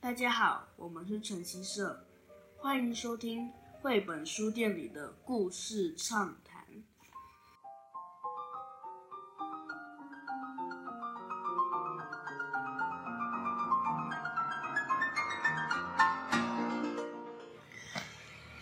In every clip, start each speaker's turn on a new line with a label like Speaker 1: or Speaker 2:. Speaker 1: 大家好，我们是晨曦社，欢迎收听绘本书店里的故事畅谈。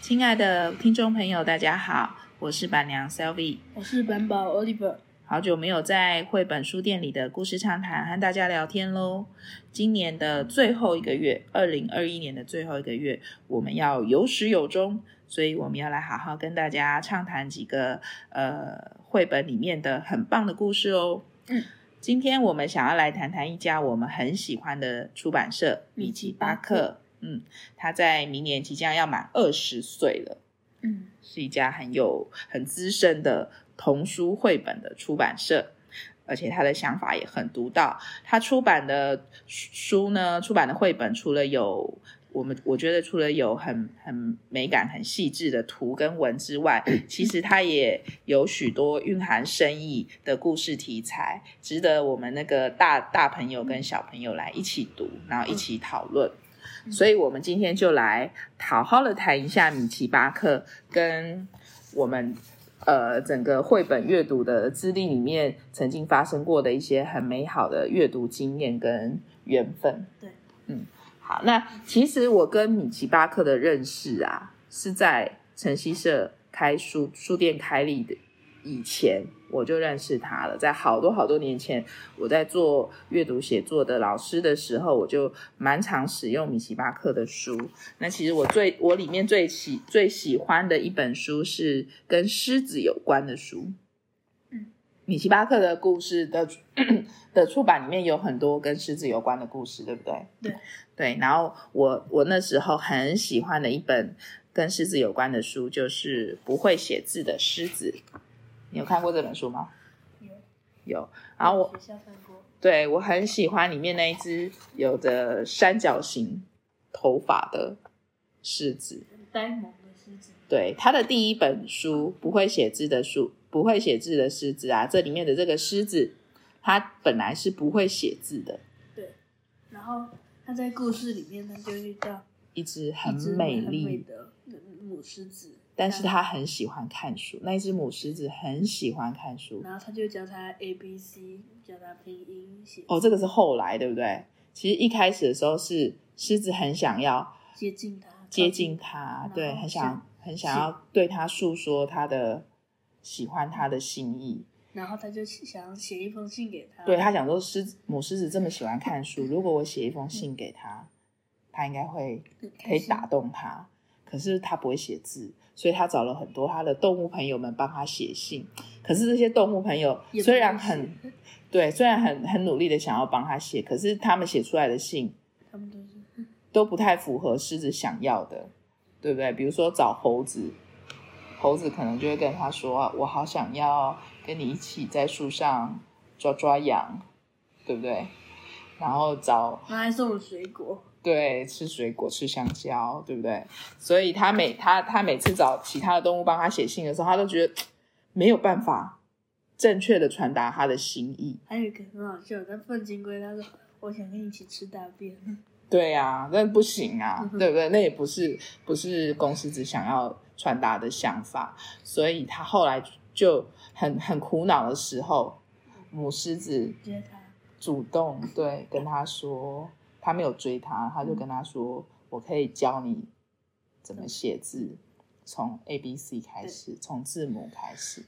Speaker 2: 亲爱的听众朋友，大家好，我是板娘 Selvi，
Speaker 1: 我是板宝 Oliver，
Speaker 2: 好久没有在绘本书店里的故事畅谈和大家聊天喽。今年的最后一个月，二零二一年的最后一个月，我们要有始有终，所以我们要来好好跟大家畅谈几个呃绘本里面的很棒的故事哦。
Speaker 1: 嗯，
Speaker 2: 今天我们想要来谈谈一家我们很喜欢的出版社——
Speaker 1: 米
Speaker 2: 米
Speaker 1: 奇
Speaker 2: 奇
Speaker 1: 巴
Speaker 2: 巴克。嗯，他在明年即将要满二十岁了。
Speaker 1: 嗯，
Speaker 2: 是一家很有很资深的童书绘本的出版社，而且他的想法也很独到。他出版的书呢，出版的绘本除了有我们我觉得除了有很很美感、很细致的图跟文之外，其实它也有许多蕴含深意的故事题材，值得我们那个大大朋友跟小朋友来一起读，然后一起讨论。
Speaker 1: 嗯
Speaker 2: 所以，我们今天就来好好的谈一下米奇巴克跟我们呃整个绘本阅读的资历里面曾经发生过的一些很美好的阅读经验跟缘分。
Speaker 1: 对，
Speaker 2: 嗯，好，那其实我跟米奇巴克的认识啊，是在晨曦社开书书店开立的以前我就认识他了，在好多好多年前，我在做阅读写作的老师的时候，我就蛮常使用米奇巴克的书。那其实我最我里面最喜最喜欢的一本书是跟狮子有关的书。
Speaker 1: 嗯，
Speaker 2: 米奇巴克的故事的 的出版里面有很多跟狮子有关的故事，对不对？
Speaker 1: 对
Speaker 2: 对。然后我我那时候很喜欢的一本跟狮子有关的书就是《不会写字的狮子》。你有看过这本书吗？
Speaker 1: 有
Speaker 2: 有。然后我
Speaker 1: 学校看过，
Speaker 2: 对我很喜欢里面那一只有着三角形头发的狮子。
Speaker 1: 很呆萌的狮子，
Speaker 2: 对，他的第一本书《不会写字的书》，不会写字的狮子啊，这里面的这个狮子，它本来是不会写字的，
Speaker 1: 然后他在故事里面他就遇到
Speaker 2: 一只很
Speaker 1: 一只
Speaker 2: 美
Speaker 1: 很
Speaker 2: 丽，
Speaker 1: 美的母狮子，
Speaker 2: 但是它很喜欢看书。那一只母狮子很喜欢看书，
Speaker 1: 然后他就教他 A B C，教他拼音写
Speaker 2: 哦，这个是后来对不对？其实一开始的时候是狮子很想要
Speaker 1: 接近他，
Speaker 2: 接近他，对，
Speaker 1: 然后
Speaker 2: 很
Speaker 1: 想
Speaker 2: 想很想要对他诉说他的喜欢他的心意。
Speaker 1: 然后他就想写一封信给他，
Speaker 2: 对他想说狮子母狮子这么喜欢看书，如果我写一封信给他，他应该会
Speaker 1: 很
Speaker 2: 可
Speaker 1: 嗯开
Speaker 2: 以
Speaker 1: 心
Speaker 2: 打动他。可是他不会写字，所以他找了很多他的动物朋友们帮他写信。可是这些动物朋友
Speaker 1: 也不
Speaker 2: 虽然
Speaker 1: 会写
Speaker 2: 很对，虽然很很努力的想要帮他写，可是他们写出来的信
Speaker 1: 他们都是
Speaker 2: 都不太符合狮子想要的，对不对？比如说找猴子，猴子可能就会跟他说：“啊我好想要跟你一起在树上抓抓痒，对不对？”然后找
Speaker 1: 他还送了水果，
Speaker 2: 对吃水果吃香蕉，对不对？所以他每他他每次找其他的动物帮他写信的时候，他都觉得没有办法正确的传达他的心意。
Speaker 1: 还有一个很好笑的，但粪金龟他说我想跟你一起吃大便，
Speaker 2: 对呀、啊，那不行啊
Speaker 1: 嗯，哼
Speaker 2: 对不对？那也不是不是公司只想要传达的想法，所以他后来就很很苦恼的时候，母狮子
Speaker 1: 接他
Speaker 2: 主动对跟他说，他没有追他，他
Speaker 1: 嗯
Speaker 2: 就跟他说，我可以教你怎么写字，从 A B C 开始，从字母开始。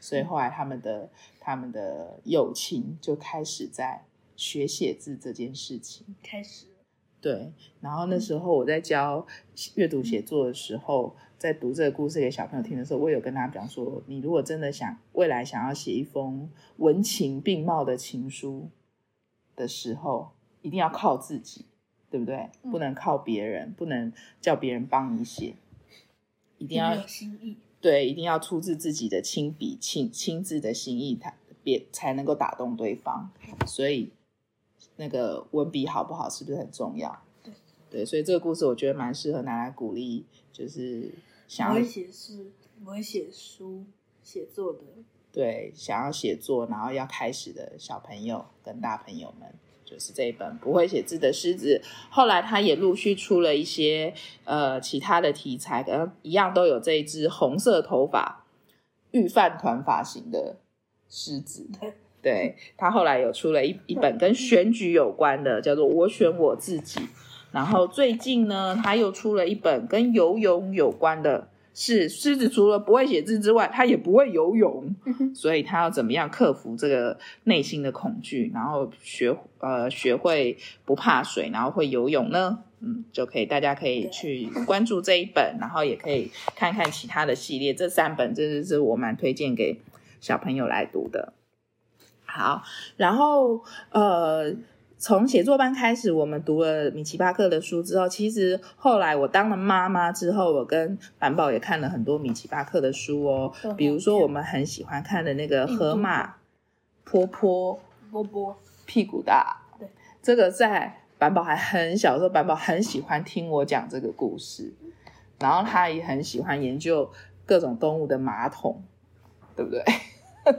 Speaker 2: 所以
Speaker 1: 嗯
Speaker 2: 后来他们的他们的友情就开始在学写字这件事情。
Speaker 1: 开始了，
Speaker 2: 对，然后那时候我在教阅读写作的时候，在读这个故事给小朋友听的时候，我有跟他讲说，你如果真的想未来想要写一封文情并茂的情书的时候，一定要靠自己，对不对？
Speaker 1: 嗯
Speaker 2: 不能靠别人，不能叫别人帮你写，一定要
Speaker 1: 有心意，
Speaker 2: 对，一定要出自自己的亲笔亲亲自的心意，他别才能够打动对方。所以那个文笔好不好是不是很重要？
Speaker 1: 对
Speaker 2: 对，所以这个故事我觉得蛮适合拿来鼓励，就是
Speaker 1: 我
Speaker 2: 想
Speaker 1: 会
Speaker 2: 要
Speaker 1: 写诗，我会写书写作的，
Speaker 2: 对想要写作，然后要开始的小朋友跟大朋友们。就是这一本《不会写字的狮子》。后来他也陆续出了一些呃其他的题材，可能一样都有这一只红色头发、御饭团发型的狮子。对他后来有出了一一本跟选举有关的，叫做《我选我自己》。然后最近呢，他又出了一本跟游泳有关的，是狮子除了不会写字之外，它也不会游泳，所以它要怎么样克服这个内心的恐惧，然后学呃学会不怕水，然后会游泳呢？嗯，就可以大家可以去关注这一本，然后也可以看看其他的系列，这三本真的是我蛮推荐给小朋友来读的。好，然后呃，从写作班开始，我们读了米奇巴克的书之后，其实后来我当了妈妈之后，我跟板宝也看了很多米奇巴克的书哦
Speaker 3: 都，很
Speaker 2: 比如说我们很喜欢看的那个《河马波波
Speaker 3: 波波，
Speaker 2: 屁股大》，
Speaker 3: 对，
Speaker 2: 这个在板宝还很小的时候，板宝很喜欢听我讲这个故事，然后他也很喜欢研究各种动物的马桶，对不 对？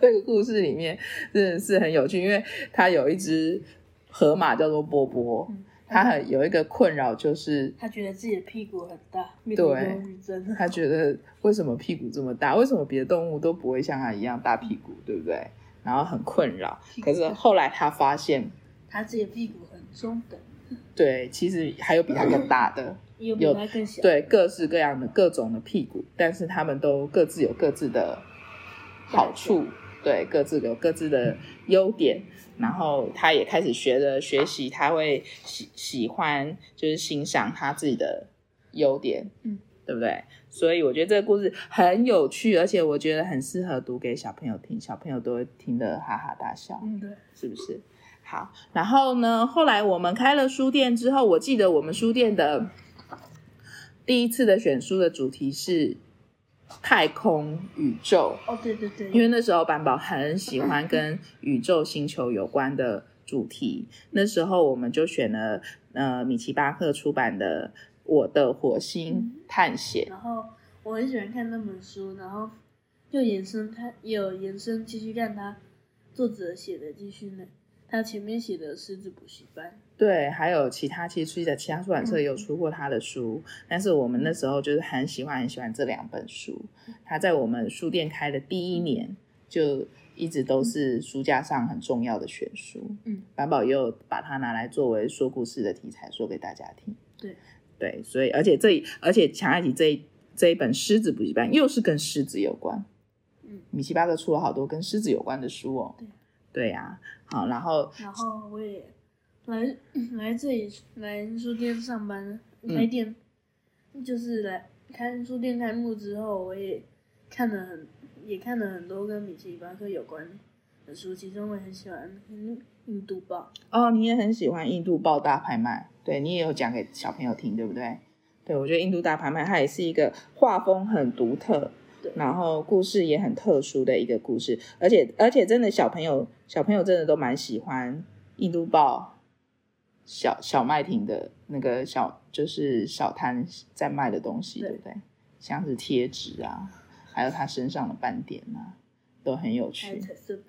Speaker 2: 这个故事里面真的是很有趣，因为它有一只河马叫做波波
Speaker 3: 嗯，
Speaker 2: 它很有一个困扰，就是
Speaker 1: 他觉得自己的屁股很大，面
Speaker 2: 对
Speaker 1: 对忧郁症。
Speaker 2: 他觉得为什么屁股这么大？为什么别的动物都不会像它一样大屁股，对不对？然后很困扰。可是后来他发现，
Speaker 1: 他自己的屁股很中等，
Speaker 2: 对，其实还有比它更大的。
Speaker 1: 也有
Speaker 2: 有
Speaker 1: 比他更小。
Speaker 2: 对各式各样的各种的屁股，但是他们都各自有各自的好处，对，各自有各自的优点。然后他也开始学着学习，他会喜喜欢就是欣赏他自己的优点，
Speaker 3: 嗯，
Speaker 2: 对不对？所以我觉得这个故事很有趣，而且我觉得很适合读给小朋友听，小朋友都会听得哈哈大笑。
Speaker 3: 嗯对，
Speaker 2: 是不是？好，然后呢，后来我们开了书店之后，我记得我们书店的第一次的选书的主题是太空宇宙，
Speaker 1: 哦，对对对，
Speaker 2: 因为那时候板宝很喜欢跟宇宙星球有关的主题，那时候我们就选了呃米奇巴克出版的《我的火星探险
Speaker 1: 然后我很喜欢看那本书，然后就延伸看，也有延伸继续看他作者写的继续呢。他前面写的《狮子补习班》，》，
Speaker 2: 对，还有其他其实的其他出版
Speaker 1: 嗯
Speaker 2: 社也有出过他的书，但是我们那时候就是很喜欢很喜欢这两本书。
Speaker 1: 嗯
Speaker 2: 他在我们书店开的第一年就一直
Speaker 1: 嗯
Speaker 2: 都是书架上很重要的选书。
Speaker 3: 嗯，
Speaker 2: 板宝也有把它拿来作为说故事的题材说给大家听。
Speaker 1: 对
Speaker 2: 对，所以而且这而且强爱集这一这一本狮子补习班又是跟狮子有关。
Speaker 1: 嗯，
Speaker 2: 米奇巴克出了好多跟狮子有关的书哦。
Speaker 1: 对
Speaker 2: 对呀、好，然后
Speaker 1: 然后我也来来这里来书店上班，
Speaker 2: 嗯
Speaker 1: 开店、就是来开书店开幕之后，我也看了很也看了很多跟米奇巴克有关的书，其中我也很喜欢嗯印度报，
Speaker 2: 哦，你也很喜欢印度报大拍卖，对你也有讲给小朋友听，对不对？对，我觉得印度大拍卖它也是一个画风很独特
Speaker 1: 对，
Speaker 2: 然后故事也很特殊的一个故事，而且而且真的小朋友小朋友真的都蛮喜欢印度报小小卖亭的那个小就是小摊在卖的东西，
Speaker 1: 对
Speaker 2: 对不对？像是贴纸啊，还有他身上的斑点啊，都很有趣。
Speaker 1: 还有彩色笔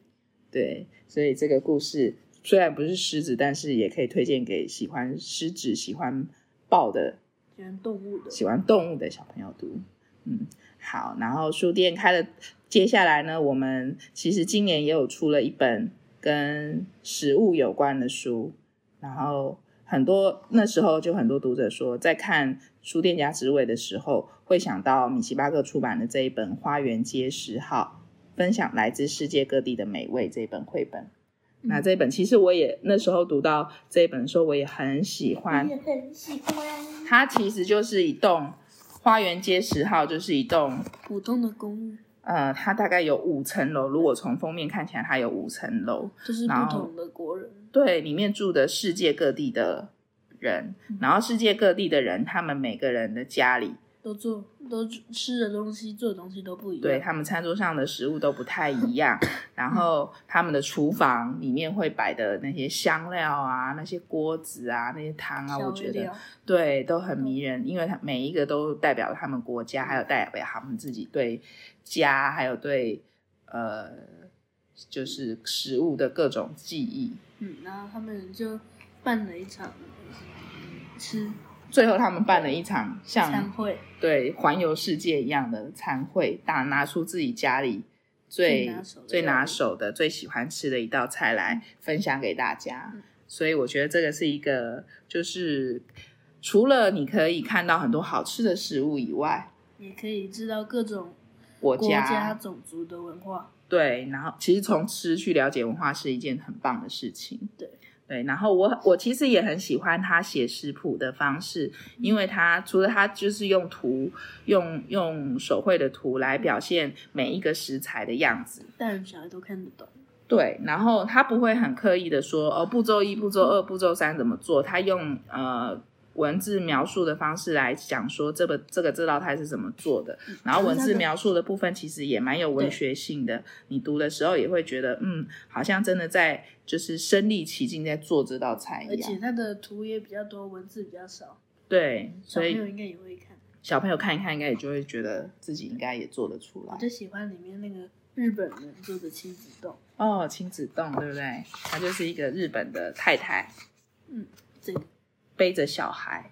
Speaker 2: 对，所以这个故事虽然不是狮子，但是也可以推荐给喜欢狮子、喜欢豹的、
Speaker 1: 喜欢动物的。
Speaker 2: 喜欢动物的小朋友读。嗯，好，然后书店开了，接下来呢，我们其实今年也有出了一本跟食物有关的书，然后很多那时候就很多读者说，在看《书店家职位》的时候，会想到米奇巴克出版的这一本《花园街十号》，分享来自世界各地的美味这一本绘本。
Speaker 1: 嗯
Speaker 2: 那这本其实我也那时候读到这一本的时候，我也很喜欢
Speaker 3: 嗯我，也很喜欢。
Speaker 2: 它其实就是一栋花园街十号，就是一栋
Speaker 1: 普通的公寓，
Speaker 2: 呃，它大概有五层楼。如果从封面看起来，它有五层楼。
Speaker 1: 就是
Speaker 2: 然
Speaker 1: 不
Speaker 2: 后
Speaker 1: 同的国人，
Speaker 2: 对，里面住的世界各地的人，然后世界各地的人，他们每个人的家里，
Speaker 1: 都做都吃的东西、做的东西都不一样。
Speaker 2: 对他们餐桌上的食物都不太一样。然后他们的厨房里面会摆的那些香料啊，那些锅子啊，那些汤啊，
Speaker 1: 调
Speaker 2: 我
Speaker 1: 味
Speaker 2: 觉得
Speaker 1: 料
Speaker 2: 对，都很
Speaker 1: 嗯
Speaker 2: 迷人，因为它每一个都代表他们国家，还有代表他们自己对家，还有对呃就是食物的各种记忆。
Speaker 1: 嗯，然后他们就办了一场
Speaker 2: 嗯
Speaker 1: 吃
Speaker 2: 最后，他们办了一场
Speaker 1: 餐
Speaker 2: 像
Speaker 1: 会，
Speaker 2: 对环游世界一样的餐会，大拿出自己家里
Speaker 1: 最拿手的料
Speaker 2: 最最
Speaker 1: 理
Speaker 2: 拿手的、最喜欢吃的一道菜来分享给大家
Speaker 1: 嗯。
Speaker 2: 所以我觉得这个是一个，就是除了你可以看到很多好吃的食物以外，
Speaker 1: 也可以知道各种
Speaker 2: 国
Speaker 1: 国
Speaker 2: 家
Speaker 1: 家、种族的文化。
Speaker 2: 对，然后其实从吃去了解文化是一件很棒的事情。
Speaker 1: 对
Speaker 2: 对，然后我我其实也很喜欢他写食谱的方式，因为他除了他就是用图用用手绘的图来表现每一个食材的样子。
Speaker 1: 大人小孩都看得懂。
Speaker 2: 对，然后他不会很刻意的说哦，步骤一、步骤二、步骤三怎么做，他用呃文字描述的方式来讲说这个这个这道菜是怎么做的，
Speaker 1: 嗯
Speaker 2: 然后文字描述的部分其实也蛮有文学性的，你读的时候也会觉得嗯，好像真的在就是身临其境在做这道菜
Speaker 1: 而
Speaker 2: 一
Speaker 1: 且
Speaker 2: 样。
Speaker 1: 它的图也比较多，文字比较少，
Speaker 2: 对，
Speaker 1: 小
Speaker 2: 所
Speaker 1: 朋友
Speaker 2: 以
Speaker 1: 应该也会看。
Speaker 2: 小朋友看一看，应该也就会觉得自己应该也做得出
Speaker 1: 我
Speaker 2: 来
Speaker 1: 就喜欢里面那个日本人做的亲子冻，
Speaker 2: 哦。亲子冻对不对？她就是一个日本的太太，
Speaker 1: 这个
Speaker 2: 背着小孩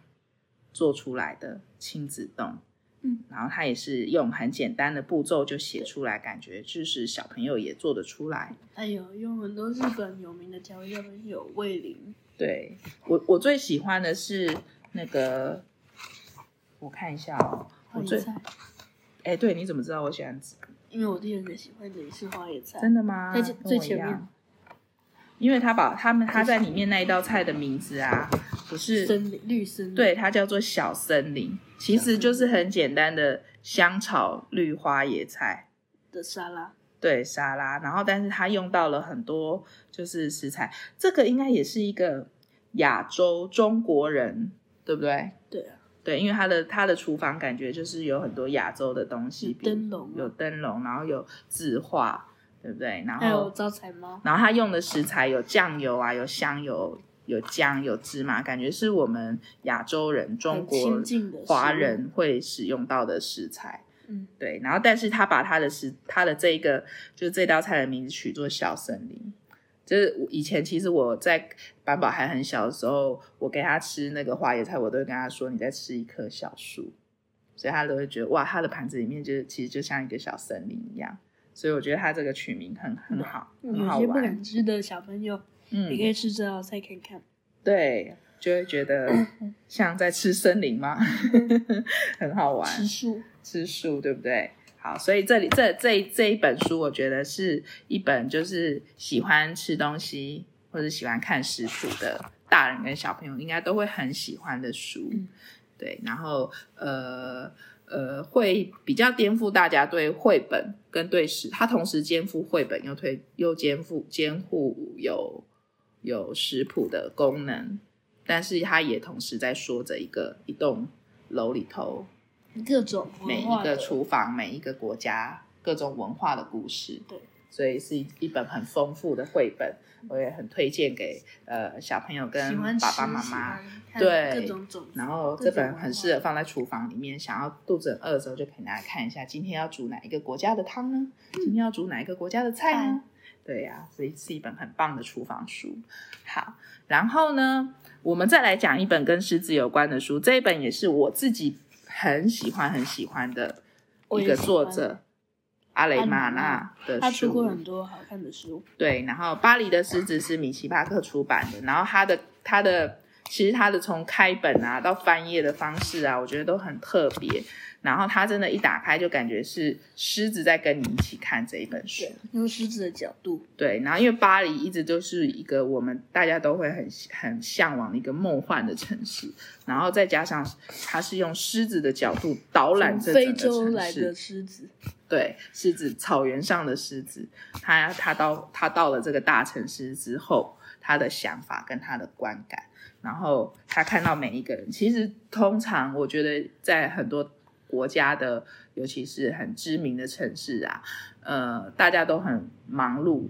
Speaker 2: 做出来的亲子冻。
Speaker 1: 嗯，
Speaker 2: 然后他也是用很简单的步骤就写出来，感觉就是小朋友也做得出来。
Speaker 1: 它有用很多日本有名的调味料，有味淋，
Speaker 2: 对我我最喜欢的是那个，我看一下哦，我
Speaker 1: 花
Speaker 2: 最
Speaker 1: 椰菜。
Speaker 2: 哎，对，你怎么知道我喜欢吃？
Speaker 1: 因为我弟很喜欢的也是花椰菜，
Speaker 2: 真的吗？
Speaker 1: 哦在前
Speaker 2: 跟
Speaker 1: 最
Speaker 2: 我一
Speaker 1: 前
Speaker 2: 样
Speaker 1: 面，
Speaker 2: 因为他把他们他在里面那一道菜的名字啊，不是
Speaker 1: 森林绿森林，
Speaker 2: 对，它叫做小森林，其实就是很简单的香草绿花野菜。
Speaker 1: 的沙拉，
Speaker 2: 对沙拉，然后但是它用到了很多就是食材，这个应该也是一个亚洲中国人，对不对？
Speaker 1: 对啊，
Speaker 2: 对，因为他的他的厨房感觉就是有很多亚洲的东西，
Speaker 1: 有
Speaker 2: 比如
Speaker 1: 灯笼啊
Speaker 2: 有灯笼，然后有字画，对不对？然
Speaker 1: 还有
Speaker 2: 后
Speaker 1: 招财猫，
Speaker 2: 然后他用的食材有酱油啊，有香油，有姜，有芝麻，感觉是我们亚洲人、中
Speaker 1: 很
Speaker 2: 国
Speaker 1: 亲近的食物
Speaker 2: 华人会使用到的食材。
Speaker 1: 嗯，
Speaker 2: 对，然后但是他把他的食他的这一个就是这道菜的名字取作小森林，就是我以前其实我在板宝还很小的时候，我给他吃那个花椰菜，我都会跟他说你在吃一棵小树，所以他都会觉得哇，他的盘子里面就是其实就像一个小森林一样，所以我觉得他这个取名很很好，很好
Speaker 1: 嗯有些不
Speaker 2: 玩，
Speaker 1: 敢吃的小朋友也可
Speaker 2: 嗯，
Speaker 1: 以吃这道菜看看。
Speaker 2: 对，就会觉得像在吃森林嘛， 很好玩，
Speaker 1: 吃素，
Speaker 2: 吃素，对不对？好，所以这里这这这一本书，我觉得是一本就是喜欢吃东西或者喜欢看食谱的大人跟小朋友应该都会很喜欢的书。
Speaker 1: 嗯
Speaker 2: 对，然后呃呃，会比较颠覆大家对绘本跟对食，它同时肩负绘本又推又肩负兼护有有食谱的功能，但是它也同时在说着一个一栋楼里头
Speaker 1: 各种
Speaker 2: 每
Speaker 1: 文
Speaker 2: 一
Speaker 1: 化
Speaker 2: 个
Speaker 1: 的
Speaker 2: 厨房、每一个国家各种文化的故事。
Speaker 1: 对，
Speaker 2: 所以是一一本很丰富的绘本，我也很推荐给呃小朋友
Speaker 1: 喜
Speaker 2: 跟
Speaker 1: 欢吃
Speaker 2: 爸爸妈
Speaker 1: 喜
Speaker 2: 妈。
Speaker 1: 欢看各
Speaker 2: 对
Speaker 1: 种种族，
Speaker 2: 然后这本很适合放在厨房里面，想要肚子很饿的时候就可以拿来看一下，今天要煮哪一个国家的汤呢？今天要煮哪一个国家的菜
Speaker 1: 嗯
Speaker 2: 呢？对呀、所以是一本很棒的厨房书。好，然后呢，我们再来讲一本跟狮子有关的书，这一本也是我自己很喜欢很喜欢的
Speaker 1: 我
Speaker 2: 一
Speaker 1: 也
Speaker 2: 个
Speaker 1: 喜欢
Speaker 2: 作者阿
Speaker 1: 阿
Speaker 2: 雷马
Speaker 1: 雷玛
Speaker 2: 纳
Speaker 1: 纳
Speaker 2: 的书。
Speaker 1: 他出过很多好看的书，
Speaker 2: 对，然后《巴黎的狮子》是米奇巴克出版的，然后他的他的其实他的从开本啊到翻页的方式啊，我觉得都很特别。然后他真的，一打开就感觉是狮子在跟你一起看这一本书。
Speaker 1: 对，用狮子的角度，
Speaker 2: 对，然后因为巴黎一直都是一个我们大家都会很很向往的一个梦幻的城市，然后再加上它是用狮子的角度导览
Speaker 1: 从
Speaker 2: 这整
Speaker 1: 非
Speaker 2: 个
Speaker 1: 洲
Speaker 2: 城
Speaker 1: 来
Speaker 2: 市
Speaker 1: 的，狮子，
Speaker 2: 对，狮子草原上的狮子，他他到他到了这个大城市之后，他的想法跟他的观感，然后他看到每一个人，其实通常我觉得在很多国家的，尤其是很知名的城市啊，呃，大家都很忙碌，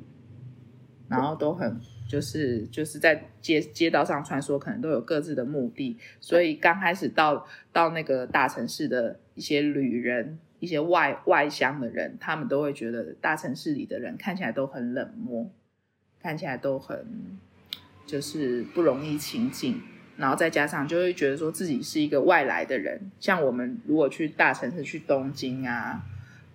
Speaker 2: 然后都很就是就是在街街道上穿梭，可能都有各自的目的，所以刚开始到到那个大城市的一些旅人。一些外外乡的人，他们都会觉得大城市里的人看起来都很冷漠，看起来都很就是不容易亲近。然后再加上就会觉得说自己是一个外来的人，像我们如果去大城市，去东京啊，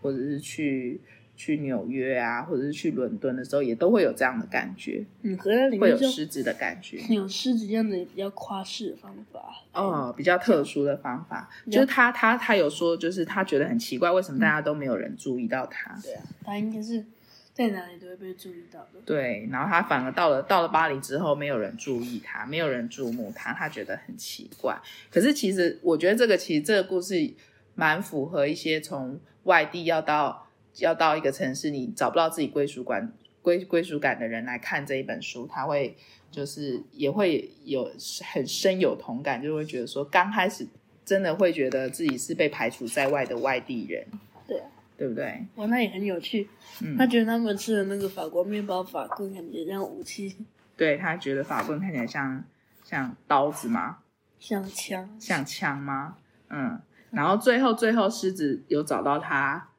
Speaker 2: 或者是去去纽约啊，或者是去伦敦的时候，也都会有这样的感觉，
Speaker 1: 你回嗯来里
Speaker 2: 会
Speaker 1: 面
Speaker 2: 有
Speaker 1: 就
Speaker 2: 失职的感觉。
Speaker 1: 有狮子这样的比较夸饰的方法。
Speaker 2: 哦，比较特殊的方法，
Speaker 1: 嗯
Speaker 2: 就是他他他有说，就是他觉得很奇怪，为什么大家都没有人注意到他？
Speaker 1: 对啊，他应该是在哪里都会被注意到的。
Speaker 2: 对，然后他反而到了到了巴黎之后，没有人注意他，没有人注目他，他觉得很奇怪。可是其实我觉得这个其实这个故事蛮符合一些从外地要到要到一个城市，你找不到自己归属感归归属感的人来看这一本书，他会就是也会有很深有同感，就会觉得说刚开始真的会觉得自己是被排除在外的外地人，
Speaker 1: 对啊
Speaker 2: 对不对？
Speaker 1: 哇，那也很有趣。
Speaker 2: 嗯，
Speaker 1: 他觉得他们吃的那个法国面包法棍，感觉像武器，
Speaker 2: 对他觉得法棍看起来像像刀子吗？
Speaker 1: 像枪。
Speaker 2: 像枪吗？嗯，然后最后最后狮子有找到他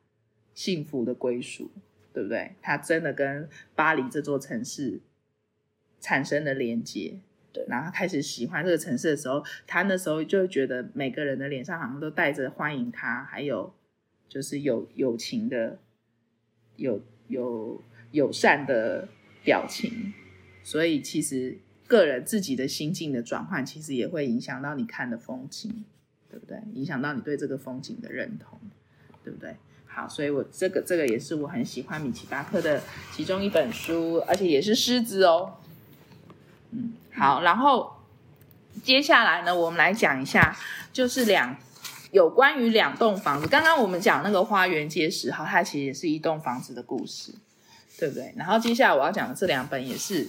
Speaker 2: 幸福的归属，对不对？他真的跟巴黎这座城市产生了连接。
Speaker 1: 对
Speaker 2: 然后他开始喜欢这个城市的时候，他那时候就会觉得每个人的脸上好像都带着欢迎他，还有就是友友情的有有友善的表情，所以其实个人自己的心境的转换，其实也会影响到你看的风景，对不对？影响到你对这个风景的认同，对不对？好，所以我这个这个也是我很喜欢米奇巴克的其中一本书，而且也是狮子哦。嗯，好，然后接下来呢，我们来讲一下，就是两有关于两栋房子。刚刚我们讲那个花园街十号，它其实也是一栋房子的故事，对不对？然后接下来我要讲的这两本也是，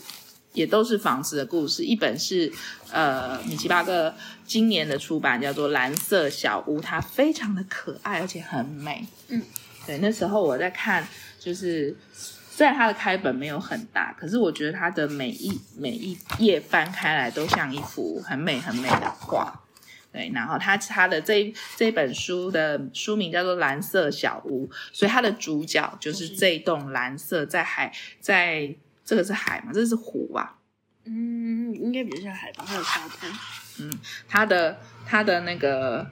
Speaker 2: 也都是房子的故事。一本是呃米奇巴克今年的出版，叫做《蓝色小屋》，它非常的可爱，而且很美。
Speaker 1: 嗯，
Speaker 2: 对，那时候我在看，就是虽然它的开本没有很大，可是我觉得它的每一每一页翻开来都像一幅很美很美的画。对，然后他他的这一这本书的书名叫做《蓝色小屋》，所以它的主角就是这一栋蓝色在海在这个是海嘛，这是湖啊吧？
Speaker 1: 嗯，应该比较像海吧，还有沙滩。
Speaker 2: 它的它的那个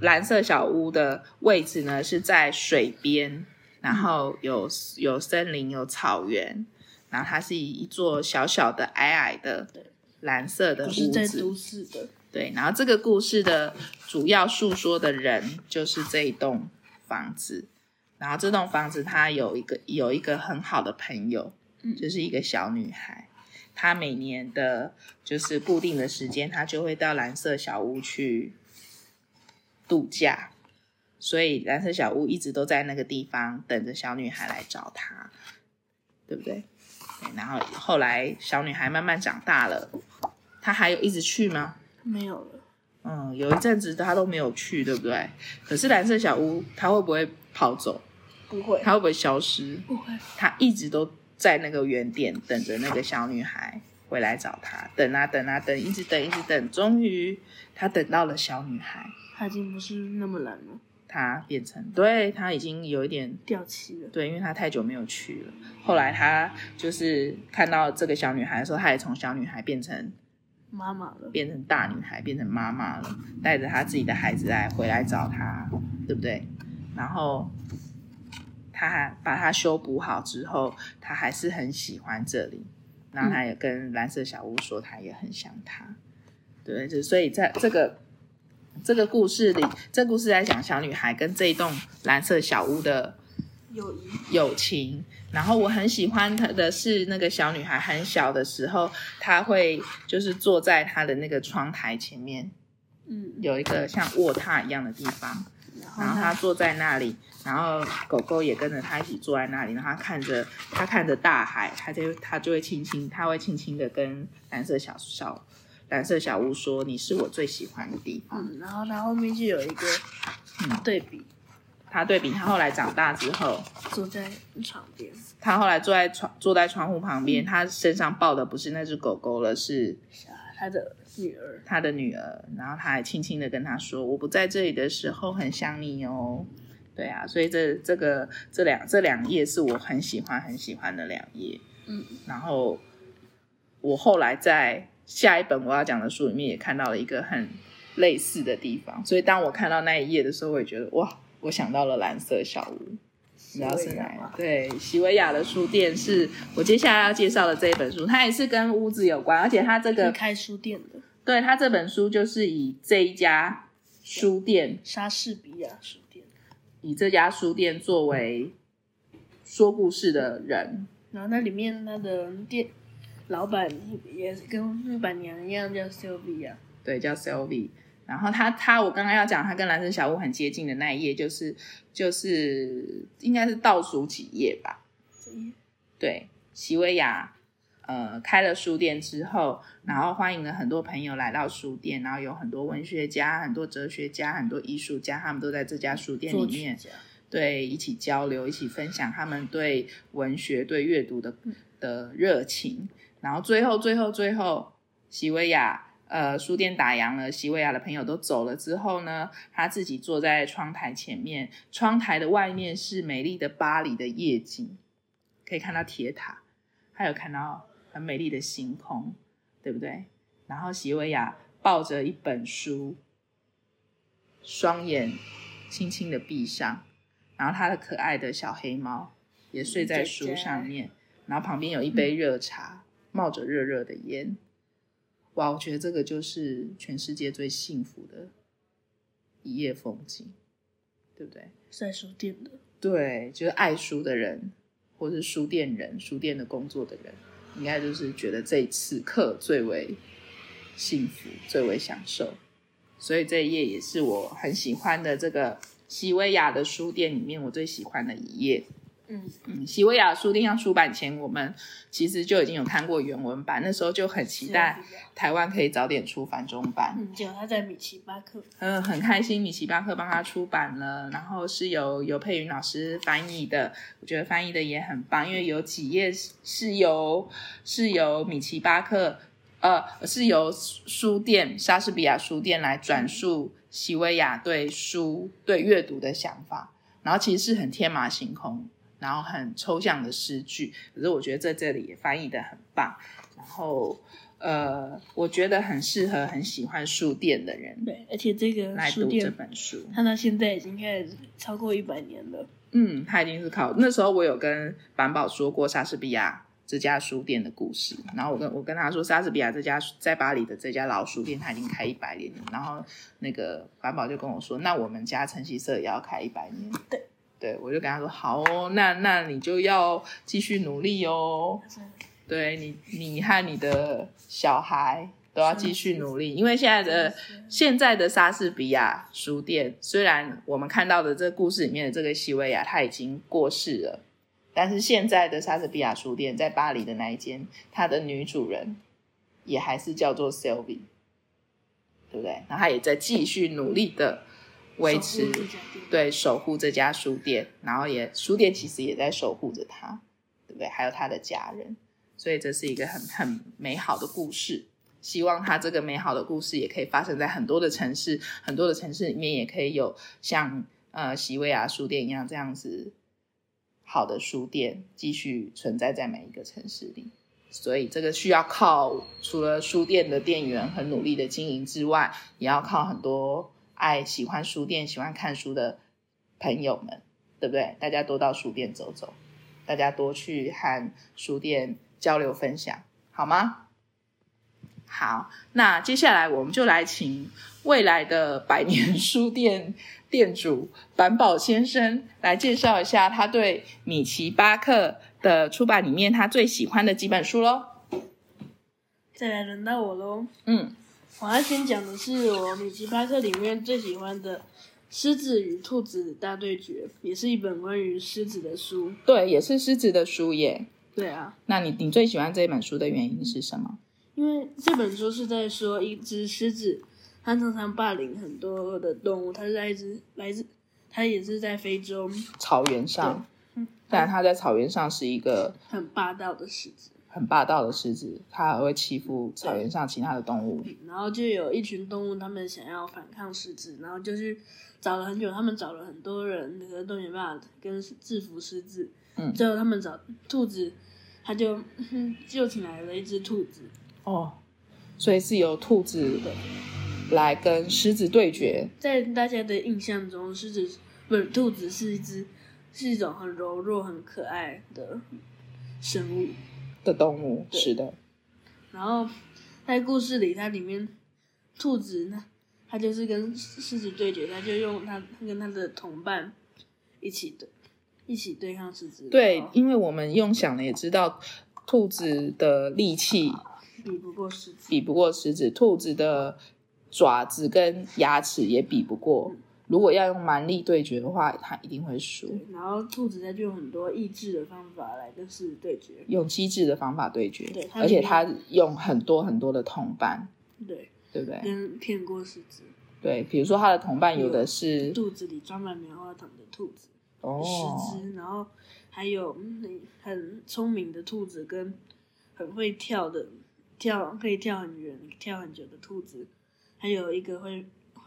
Speaker 2: 蓝色小屋的位置呢是在水边，然后
Speaker 1: 嗯
Speaker 2: 有有森林，有草原，然后它是一座小小的矮矮的
Speaker 1: 对
Speaker 2: 蓝色的
Speaker 1: 不
Speaker 2: 屋
Speaker 1: 是在
Speaker 2: 子
Speaker 1: 都。市的。
Speaker 2: 对，然后这个故事的主要诉说的人就是这一栋房子，然后这栋房子它有一个有一个很好的朋友，
Speaker 1: 嗯
Speaker 2: 就是一个小女孩，她每年的就是固定的时间，她就会到蓝色小屋去度假，所以蓝色小屋一直都在那个地方等着小女孩来找她，对不对？对然后后来小女孩慢慢长大了，她还有一直去吗？
Speaker 1: 没有了，
Speaker 2: 嗯，有一阵子他都没有去，对不对？可是蓝色小屋他会不会跑走？
Speaker 1: 不会，
Speaker 2: 他会不会消失？
Speaker 1: 不会，
Speaker 2: 他一直都在那个原点等着那个小女孩回来找他，等啊等啊等，一直等一直等，终于他等到了小女孩，
Speaker 1: 他已经不是那么懒了，
Speaker 2: 他变成对他已经有一点
Speaker 1: 掉漆了。
Speaker 2: 对，因为他太久没有去了。后来他就是看到这个小女孩的时候，他也从小女孩变成
Speaker 1: 妈妈了，
Speaker 2: 变成大女孩，变成妈妈了，带着她自己的孩子来回来找她，对不对？然后她还把它修补好之后，她还是很喜欢这里。然后她也跟蓝色小屋说，她也很想他。对，就所以在这个这个故事里，这故事在讲小女孩跟这一栋蓝色小屋的
Speaker 1: 友谊
Speaker 2: 友情。然后我很喜欢她的是，那个小女孩很小的时候，她会就是坐在她的那个窗台前面，
Speaker 1: 嗯，
Speaker 2: 有一个像卧榻一样的地方，
Speaker 1: 然后
Speaker 2: 然后
Speaker 1: 他
Speaker 2: 她坐在那里，然后狗狗也跟着她一起坐在那里，然后她看着她看着大海，她就她就会轻轻，她会轻轻的跟蓝色小小蓝色小屋说：“你是我最喜欢的地方。”
Speaker 1: 嗯，然后他后面就有一个
Speaker 2: 嗯
Speaker 1: 对比，
Speaker 2: 她对比她后来长大之后，
Speaker 1: 坐在床边，
Speaker 2: 他后来坐在窗坐在窗户旁边，他身上抱的不是那只狗狗了，是
Speaker 1: 小孩他的女儿，
Speaker 2: 他的女儿。然后他还轻轻的跟他说：“我不在这里的时候很想你哦。”对啊，所以这这个这两这两页是我很喜欢很喜欢的两页。
Speaker 1: 嗯，
Speaker 2: 然后我后来在下一本我要讲的书里面也看到了一个很类似的地方，所以当我看到那一页的时候，我也觉得哇，我想到了蓝色小屋。你知道是哪一
Speaker 1: 啊
Speaker 2: 个？对，席维亚的书店是我接下来要介绍的这一本书，它也是跟屋子有关，而且它这
Speaker 1: 是
Speaker 2: 个
Speaker 1: 开书店的
Speaker 2: 对它这本书就是以这一家书店
Speaker 1: 莎士比亚书店，
Speaker 2: 以这家书店作为说故事的人，
Speaker 1: 然后那里面他的店老板也是跟木板娘一样叫 Sylvia，
Speaker 2: 对，叫 Sylvie。然后他他我刚刚要讲他跟蓝色小屋很接近的那一页，就是就是应该是倒数几页吧，对，席维亚呃开了书店之后，然后欢迎了很多朋友来到书店，然后有很多文学家、很多哲学家、很多艺术家，他们都在这家书店
Speaker 1: 作
Speaker 2: 里
Speaker 1: 曲
Speaker 2: 面
Speaker 1: 家，
Speaker 2: 对一起交流、一起分享他们对文学、对阅读的的热情。然后最后、最后、最后，席维亚。呃，书店打烊了，席维亚的朋友都走了之后呢，他自己坐在窗台前面，窗台的外面是美丽的巴黎的夜景，可以看到铁塔，还有看到很美丽的星空，对不对？然后席维亚抱着一本书，双眼轻轻的闭上，然后他的可爱的小黑猫也睡在书上面，然后旁边有一杯热茶，冒着热热的烟。哇，我觉得这个就是全世界最幸福的一夜风景，对不对？
Speaker 1: 是在书店的，
Speaker 2: 对，就是爱书的人，或是书店人、书店的工作的人，应该就是觉得这此刻最为幸福、最为享受。所以这一页也是我很喜欢的这个西维亚的书店里面我最喜欢的一页。
Speaker 1: 嗯，
Speaker 2: 嗯，西维亚书店要出版前，我们其实就已经有看过原文版，那时候就很期待
Speaker 1: Sylvia
Speaker 2: 台湾可以早点出繁中版。
Speaker 1: 嗯，结果他在米奇巴克，
Speaker 2: 嗯，很开心米奇巴克帮他出版了，然后是由由佩云老师翻译的，我觉得翻译的也很棒，因为有几页是是由是由米奇巴克呃是由书店莎士比亚书店来转述席维亚对书对阅读的想法，然后其实是很天马行空，然后很抽象的诗句，可是我觉得在这里也翻译的很棒，然后。呃，我觉得很适合很喜欢书店的人，
Speaker 1: 对，而且这个
Speaker 2: 来
Speaker 1: 书
Speaker 2: 读这
Speaker 1: 店，
Speaker 2: 本书。
Speaker 1: 它到现在已经开始超过一百年了，
Speaker 2: 嗯，他已经是考那时候我有跟板宝说过莎士比亚这家书店的故事，然后我跟我跟他说莎士比亚这家在巴黎的这家老书店，他已经开一百年了。然后那个板宝就跟我说，那我们家晨曦社也要开一百年。
Speaker 1: 对。
Speaker 2: 对，我就跟他说好哦，那那你就要继续努力哦。
Speaker 1: 它是
Speaker 2: 对你，你和你的小孩都要继续努力，因为现在啊的现在的莎士比亚书店，虽然我们看到的这故事里面的这个西维亚他已经过世了，但是现在的莎士比亚书店在巴黎的那一间，它的女主人也还是叫做 Sylvie，对不对？然后她也在继续努力的维持
Speaker 1: 守护这家店，
Speaker 2: 对守护这家书店，然后也书店其实也在守护着他，对不对？还有他的家人，所以这是一个很很美好的故事。希望他这个美好的故事也可以发生在很多的城市，很多的城市里面也可以有像呃席维亚书店一样这样子好的书店继续存在在每一个城市里。所以这个需要靠除了书店的店员很努力的经营之外，也要靠很多爱喜欢书店、喜欢看书的朋友们，对不对？大家多到书店走走，大家多去和书店交流分享，好吗？好，那接下来我们就来请未来的百年书店店主板宝先生来介绍一下他对米奇巴克的出版里面他最喜欢的几本书喽。
Speaker 1: 再来轮到我喽。
Speaker 2: 嗯，
Speaker 1: 我要先讲的是我米奇巴克里面最喜欢的《狮子与兔子大对决》，也是一本关于狮子的书。
Speaker 2: 对，也是狮子的书耶。
Speaker 1: 对啊，
Speaker 2: 那你你最喜欢这本书的原因是什么？
Speaker 1: 因为这本书是在说一只狮子，它常常霸凌很多的动物，它是在一只来自，它也是在非洲
Speaker 2: 草原上
Speaker 1: 对嗯，
Speaker 2: 但他在草原上是一个
Speaker 1: 很霸道的狮子。
Speaker 2: 很霸道的狮子，它还会欺负草原上其他的动物。
Speaker 1: 然后就有一群动物，他们想要反抗狮子，然后就去找了很久，他们找了很多人，可是都没办法跟制服狮子。
Speaker 2: 嗯
Speaker 1: 最后他们找兔子，他就 就请来了一只兔子，
Speaker 2: 哦，所以是由兔子来跟狮子对决。
Speaker 1: 在大家的印象中，狮子不是兔子是一只是一种很柔弱、很可爱的生物。
Speaker 2: 的动物，
Speaker 1: 对
Speaker 2: 是的，
Speaker 1: 然后在故事里，它里面兔子呢，它就是跟狮子对决，它就用它它跟它的同伴一起对一起对抗狮子，
Speaker 2: 对
Speaker 1: 然，后
Speaker 2: 因为我们用想了也知道，兔子的力气
Speaker 1: 比不过狮子。
Speaker 2: 比不过狮子，兔子的爪子跟牙齿也比不过。如果要用蛮力对决的话，它一定会输。
Speaker 1: 对然后兔子它就用很多益智的方法来跟狮子对决，
Speaker 2: 用机智的方法对决，
Speaker 1: 对它
Speaker 2: 而且
Speaker 1: 里面
Speaker 2: 它用很多很多的同伴，
Speaker 1: 对，
Speaker 2: 对不对？
Speaker 1: 跟骗过狮子。
Speaker 2: 对，比如说它的同嗯伴有的是
Speaker 1: 肚子里装满棉花糖的兔子，十
Speaker 2: 哦，
Speaker 1: 只，然后还有嗯很聪明的兔子跟很会跳的跳可以跳很远、跳很久的兔子，还有一个会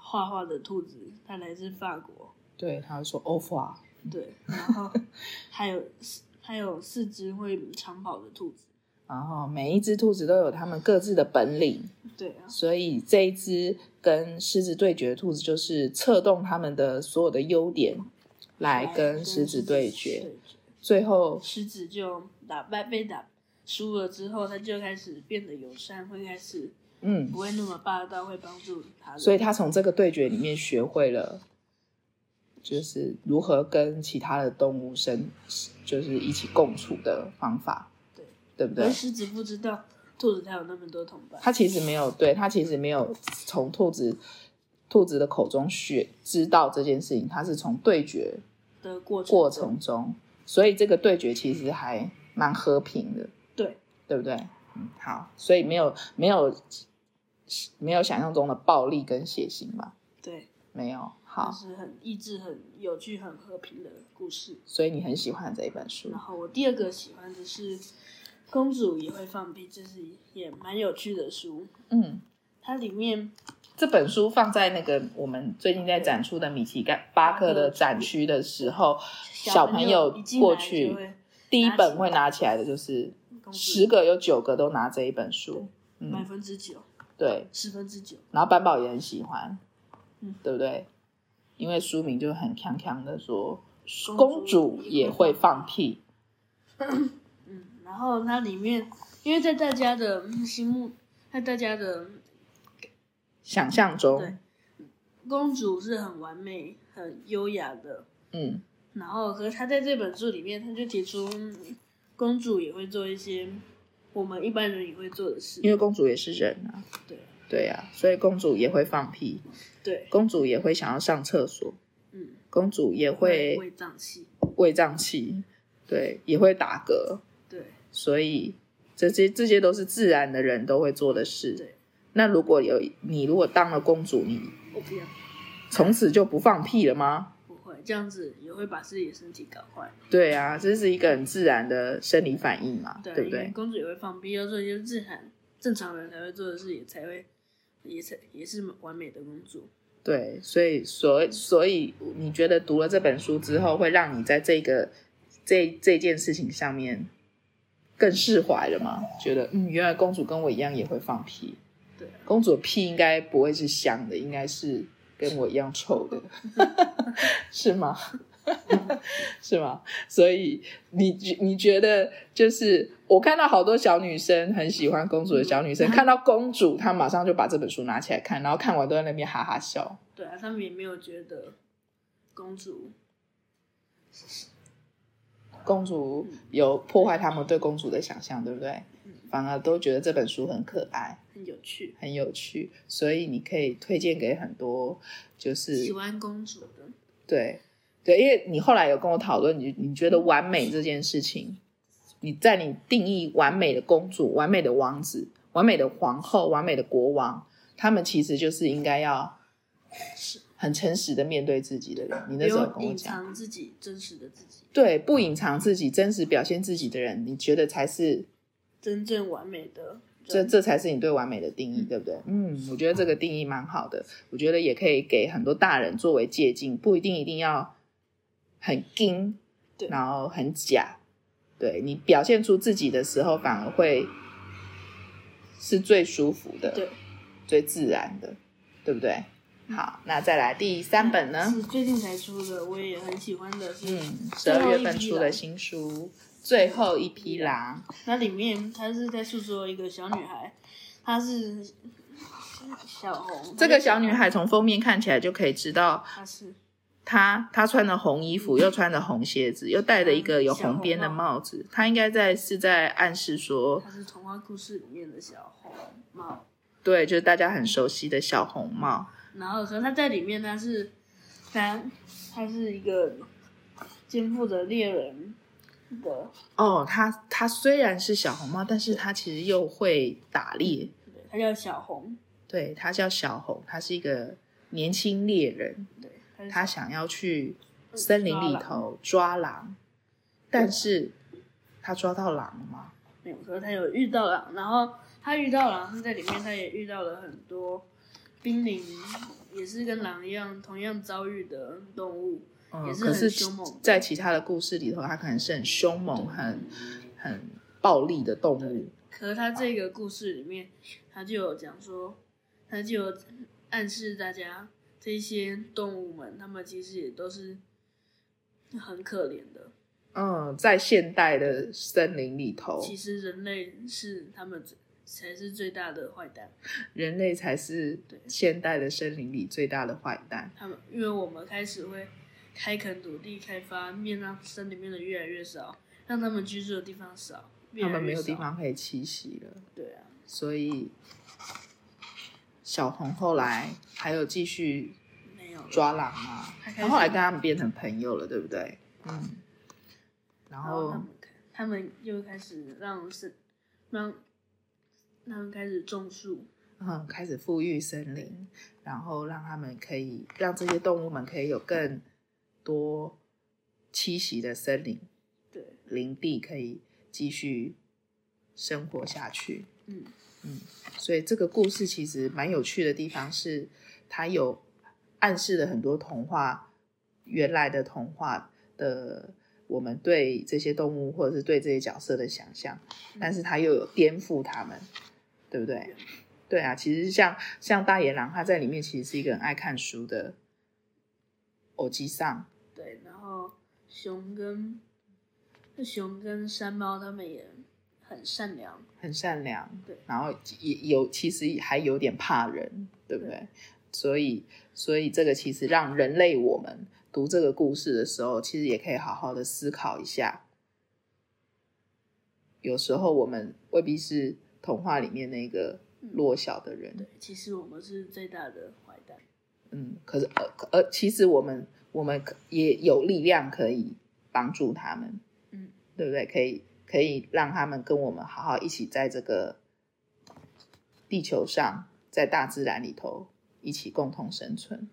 Speaker 1: 画画的兔子，它来自法国，
Speaker 2: 对，它会说啊 offer，
Speaker 1: 对，然 后还有四还有四只会长跑的兔子，
Speaker 2: 然后每一只兔子都有它们各自的本领，
Speaker 1: 对啊，
Speaker 2: 所以这一只跟狮子对决的兔子就是策动它们的所有的优点来跟狮子对决，，最后
Speaker 1: 狮子就打败被打输了之后，它就开始变得友善，会开始。
Speaker 2: 嗯
Speaker 1: 不，会那么霸道，会帮助他人。
Speaker 2: 所以他从这个对决里面学会了，就是如何跟其他的动物生，就是一起共处的方法，
Speaker 1: 对，
Speaker 2: 对不对
Speaker 1: 而？狮子不知道兔子它有那么多同伴，
Speaker 2: 他其实没有，对他其实没有从兔子兔子的口中学知道这件事情，他是从对决
Speaker 1: 的过程
Speaker 2: 过
Speaker 1: 中
Speaker 2: 程中，所以这个对决其实还蛮和平的，
Speaker 1: 对
Speaker 2: 对不对？嗯，好，所以没有没有没有想象中的暴力跟血腥吧？
Speaker 1: 对，
Speaker 2: 没有，
Speaker 1: 就
Speaker 2: 好，
Speaker 1: 是很益智、很有趣、很和平的故事。
Speaker 2: 所以你很喜欢这一本书
Speaker 1: 然，后我第二个喜欢的是《公主也会放屁》，这是也蛮有趣的书。
Speaker 2: 嗯。
Speaker 1: 它里面
Speaker 2: 这本书放在那个我们最近在展出的米奇盖巴克的展区的时候，小朋
Speaker 1: 朋
Speaker 2: 友
Speaker 1: 一进
Speaker 2: 过
Speaker 1: 来
Speaker 2: 去
Speaker 1: 就会
Speaker 2: 第一本会拿起来的就是
Speaker 1: 公主
Speaker 2: 十个有九个都拿这一本书，
Speaker 1: 百
Speaker 2: 嗯，
Speaker 1: 分之九、
Speaker 2: 对。
Speaker 1: 十分之九，
Speaker 2: 然后班宝也很喜欢，
Speaker 1: 嗯
Speaker 2: 对不对？因为书名就很锵锵的说，公
Speaker 1: 公
Speaker 2: 主
Speaker 1: 主
Speaker 2: 也
Speaker 1: 也
Speaker 2: 会
Speaker 1: 会
Speaker 2: 放屁，
Speaker 1: 嗯，然后它里面，因为在大家的心目，在大家的
Speaker 2: 想象中
Speaker 1: 对，公主是很完美、很优雅的。
Speaker 2: 嗯，
Speaker 1: 然后，可是她在这本书里面，她就提出，嗯公主也会做一些我们一般人也会做的事
Speaker 2: 因。为公主也是人啊，
Speaker 1: 对
Speaker 2: 对啊，所以公主也会放屁，
Speaker 1: 对，
Speaker 2: 公主也会想要上厕所，
Speaker 1: 嗯，
Speaker 2: 公主也会
Speaker 1: 胃胀气。
Speaker 2: 胃胀气，对，也会打嗝，
Speaker 1: 对
Speaker 2: 所以这些这些都是自然的人都会做的事。
Speaker 1: 对，
Speaker 2: 那如果有你如果当了公主，你
Speaker 1: 我不要，
Speaker 2: 从此就不放屁了吗？
Speaker 1: 不会这样子也会把自己的身体搞坏。
Speaker 2: 对啊，这是一个很自然的生理反应嘛，对不
Speaker 1: 啊因为
Speaker 2: 对？
Speaker 1: 公主也会放屁，要做一些自然正常人才会做的事，也才会，也才也是完美的公主。
Speaker 2: 对，所以所以所以你觉得读了这本书之后，会让你在这个这这件事情上面更释怀了吗？觉得嗯，原来公主跟我一样也会放屁。
Speaker 1: 对啊，
Speaker 2: 公主的屁应该不会是香的，应该是跟我一样 臭的，是吗？ 是吗？所以你觉你觉得就是我看到好多小女生很喜欢公主的小女生，
Speaker 1: 嗯
Speaker 2: 看到公主，她马上就把这本书拿起来看，然后看完都在那边哈哈笑。
Speaker 1: 对啊，他们也没有觉得公主
Speaker 2: 公主有破坏他们对公主的想象，对不对
Speaker 1: 嗯？
Speaker 2: 反而都觉得这本书很可爱、
Speaker 1: 很有趣，
Speaker 2: 很有趣，所以你可以推荐给很多就是
Speaker 1: 喜欢公主的。
Speaker 2: 对，对，因为你后来有跟我讨论，你你觉得完美这件事情，你在你定义完美的公主、完美的王子、完美的皇后、完美的国王，他们其实就是应该要很诚实的面对自己的人。你
Speaker 1: 不
Speaker 2: 那时候
Speaker 1: 用
Speaker 2: 跟我
Speaker 1: 隐
Speaker 2: 讲，
Speaker 1: 藏自己真实的自己，
Speaker 2: 对，不隐藏自己、真实表现自己的人，你觉得才是
Speaker 1: 真正完美的
Speaker 2: 这
Speaker 1: 人。
Speaker 2: 这才是你对完美的定义，
Speaker 1: 嗯
Speaker 2: 对不对？嗯，我觉得这个定义蛮好的，我觉得也可以给很多大人作为借鉴，不一定一定要很硬，
Speaker 1: 对
Speaker 2: 然后很假，对你表现出自己的时候，反而会是最舒服的，
Speaker 1: 对，嗯
Speaker 2: 最自然的，对不对？好，那再来第三本呢？
Speaker 1: 是最近才出的，我也很喜欢的是，
Speaker 2: 嗯，十
Speaker 1: 最后
Speaker 2: 二
Speaker 1: 一
Speaker 2: 月份
Speaker 1: 批
Speaker 2: 出
Speaker 1: 了嗯
Speaker 2: 的新书《最后一匹狼》，
Speaker 1: 那里面她是在诉说一个小女孩，她是小红。
Speaker 2: 这个小女，孩从封面看起来就可以知道。
Speaker 1: 她是
Speaker 2: 她她穿着红衣服，又穿着红鞋子，又戴着一个有红边的
Speaker 1: 小红
Speaker 2: 帽子。她应该在是在暗示说，
Speaker 1: 她是童话故事里面的小红帽。
Speaker 2: 对，就是大家很熟悉的小红帽。
Speaker 1: 然后可是他在里面他是，他他是一个肩负着猎人的，
Speaker 2: 哦，她她虽然是小红帽，但是她其实又会打猎。
Speaker 1: 对他叫小红，
Speaker 2: 对，她叫小红，她是一个年轻猎人，
Speaker 1: 对，他
Speaker 2: 她想要去森林里头抓狼，但是她抓到狼了吗？
Speaker 1: 没有，可是他有遇到狼，然后他遇到狼是在里面，他也遇到了很多濒临，也是跟狼一样同样遭遇的动物，
Speaker 2: 嗯
Speaker 1: 也是
Speaker 2: 可
Speaker 1: 很
Speaker 2: 是
Speaker 1: 凶猛的
Speaker 2: 在其他的故事里头，它可能是很凶猛、很很暴力的动物。
Speaker 1: 可是他这个故事里面，他就有讲说，他就有暗示大家，这些动物们，他们其实也都是很可怜的。
Speaker 2: 嗯，在现代的森林里头，
Speaker 1: 其实人类是他们最才是最大的坏蛋，
Speaker 2: 人类才是
Speaker 1: 对
Speaker 2: 现代的森林里最大的坏蛋。
Speaker 1: 他们因为我们开始会开垦土地、开发，面让森林变得越来越少，让他们居住的地方少，越
Speaker 2: 他
Speaker 1: 来越
Speaker 2: 们没有
Speaker 1: 少
Speaker 2: 地。方可以栖息了，
Speaker 1: 对啊，
Speaker 2: 所以小红后来还有继续
Speaker 1: 没有了。
Speaker 2: 抓狼啊
Speaker 1: 他，开始
Speaker 2: 然后后来跟他们变成朋友了，对不对？嗯，然
Speaker 1: 然后
Speaker 2: 后
Speaker 1: 他们开他们又开始让森让他们开始种树，
Speaker 2: 嗯，开始富裕森林，然后让他们可以让这些动物们可以有更多栖息的森林
Speaker 1: 对，
Speaker 2: 林地，可以继续生活下去。
Speaker 1: 嗯，
Speaker 2: 所以这个故事其实蛮有趣的地方是，它有暗示了很多童话原来的童话的我们对这些动物或者是对这些角色的想象，但是它又有颠覆他们，对不对？对啊，其实像像大野狼，他在里面其实是一个很爱看书的偶机上，
Speaker 1: 对，然后熊跟熊跟山猫他们也很善良，
Speaker 2: 很善良，
Speaker 1: 对
Speaker 2: 然后也有其实还有点怕人，对不对？所以所以这个其实让人类我们读这个故事的时候，其实也可以好好的思考一下。有时候我们未必是童话里面那个弱小的人，
Speaker 1: 嗯对，其实我们是最大的坏蛋，
Speaker 2: 嗯，可是呃可呃，其实我们我们可也有力量可以帮助他们，
Speaker 1: 嗯，
Speaker 2: 对不对？可以可以让他们跟我们好好一起在这个地球上，在大自然里头一起共同生存，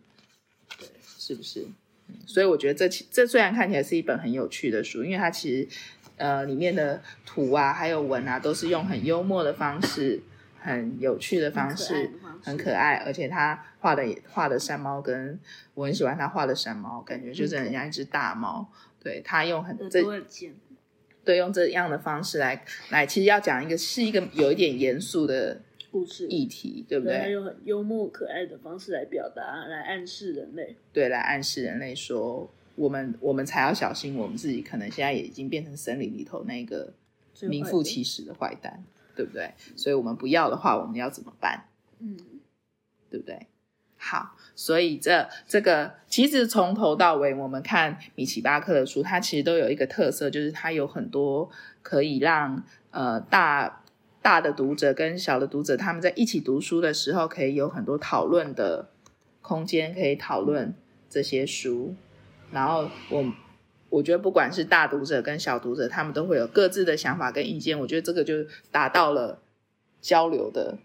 Speaker 1: 对，
Speaker 2: 是不是？嗯所以我觉得这其这虽然看起来是一本很有趣的书，因为它其实呃里面的图啊还有文啊都是用很幽默的方式、很有趣的方式
Speaker 1: 很可爱的方式
Speaker 2: 很可爱，而且他画的也画的山猫跟我很喜欢他画的山猫，感觉就是很像一只大猫。对他用很
Speaker 1: 嗯耳
Speaker 2: 这
Speaker 1: 朵很尖，
Speaker 2: 对用这样的方式来来，其实要讲一个是一个有一点严肃的
Speaker 1: 故事
Speaker 2: 议题，对不
Speaker 1: 对，他
Speaker 2: 对？
Speaker 1: 用很幽默可爱的方式来表达，来暗示人类，
Speaker 2: 对，来暗示人类说，我们我们才要小心，我们自己可能现在也已经变成森林里头那个
Speaker 1: 最坏的
Speaker 2: 名副其实的坏蛋，对不对？所以我们不要的话，我们要怎么办？
Speaker 1: 嗯，
Speaker 2: 对不对？好，所以这这个其实从头到尾，我们看米奇巴克的书，它其实都有一个特色，就是它有很多可以让呃大大的读者跟小的读者他们在一起读书的时候，可以有很多讨论的空间，可以讨论这些书。然后我我觉得不管是大读者跟小读者，他们都会有各自的想法跟意见。我觉得这个就达到了交流的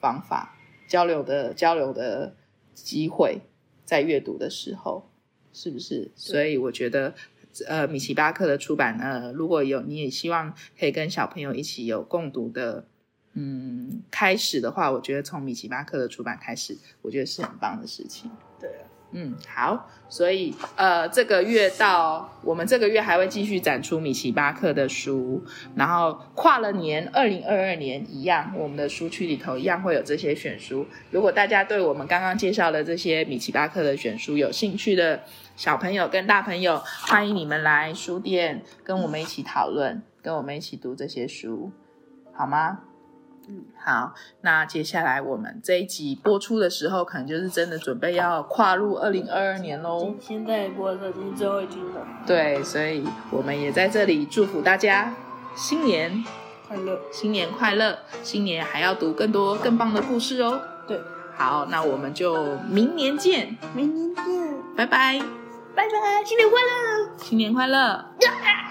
Speaker 2: 方法。交流的交流的机会，在阅读的时候，是不是？所以我觉得呃米奇巴克的出版，呃，如果有你也希望可以跟小朋友一起有共读的，嗯，开始的话，我觉得从米奇巴克的出版开始，我觉得是很棒的事情。
Speaker 1: 对啊，
Speaker 2: 嗯，好，所以呃，这个月到我们这个月还会继续展出米奇巴克的书，然后跨了年，二零二二年一样，我们的书区里头一样会有这些选书。如果大家对我们刚刚介绍的这些米奇巴克的选书有兴趣的小朋友跟大朋友，欢迎你们来书店跟我们一起讨论，跟我们一起读这些书，好吗？
Speaker 1: 嗯，
Speaker 2: 好，那接下来我们这一集播出的时候，可能就是真的准备要跨入二零二二年喽。
Speaker 1: 现在播的已经最后一集了，
Speaker 2: 对，所以我们也在这里祝福大家新年
Speaker 1: 快乐，
Speaker 2: 新年快乐，新年还要读更多更棒的故事哦。
Speaker 1: 对，
Speaker 2: 好，那我们就明年见，
Speaker 1: 明年见，
Speaker 2: 拜拜，
Speaker 3: 拜拜，新年快乐！
Speaker 2: 新年快乐。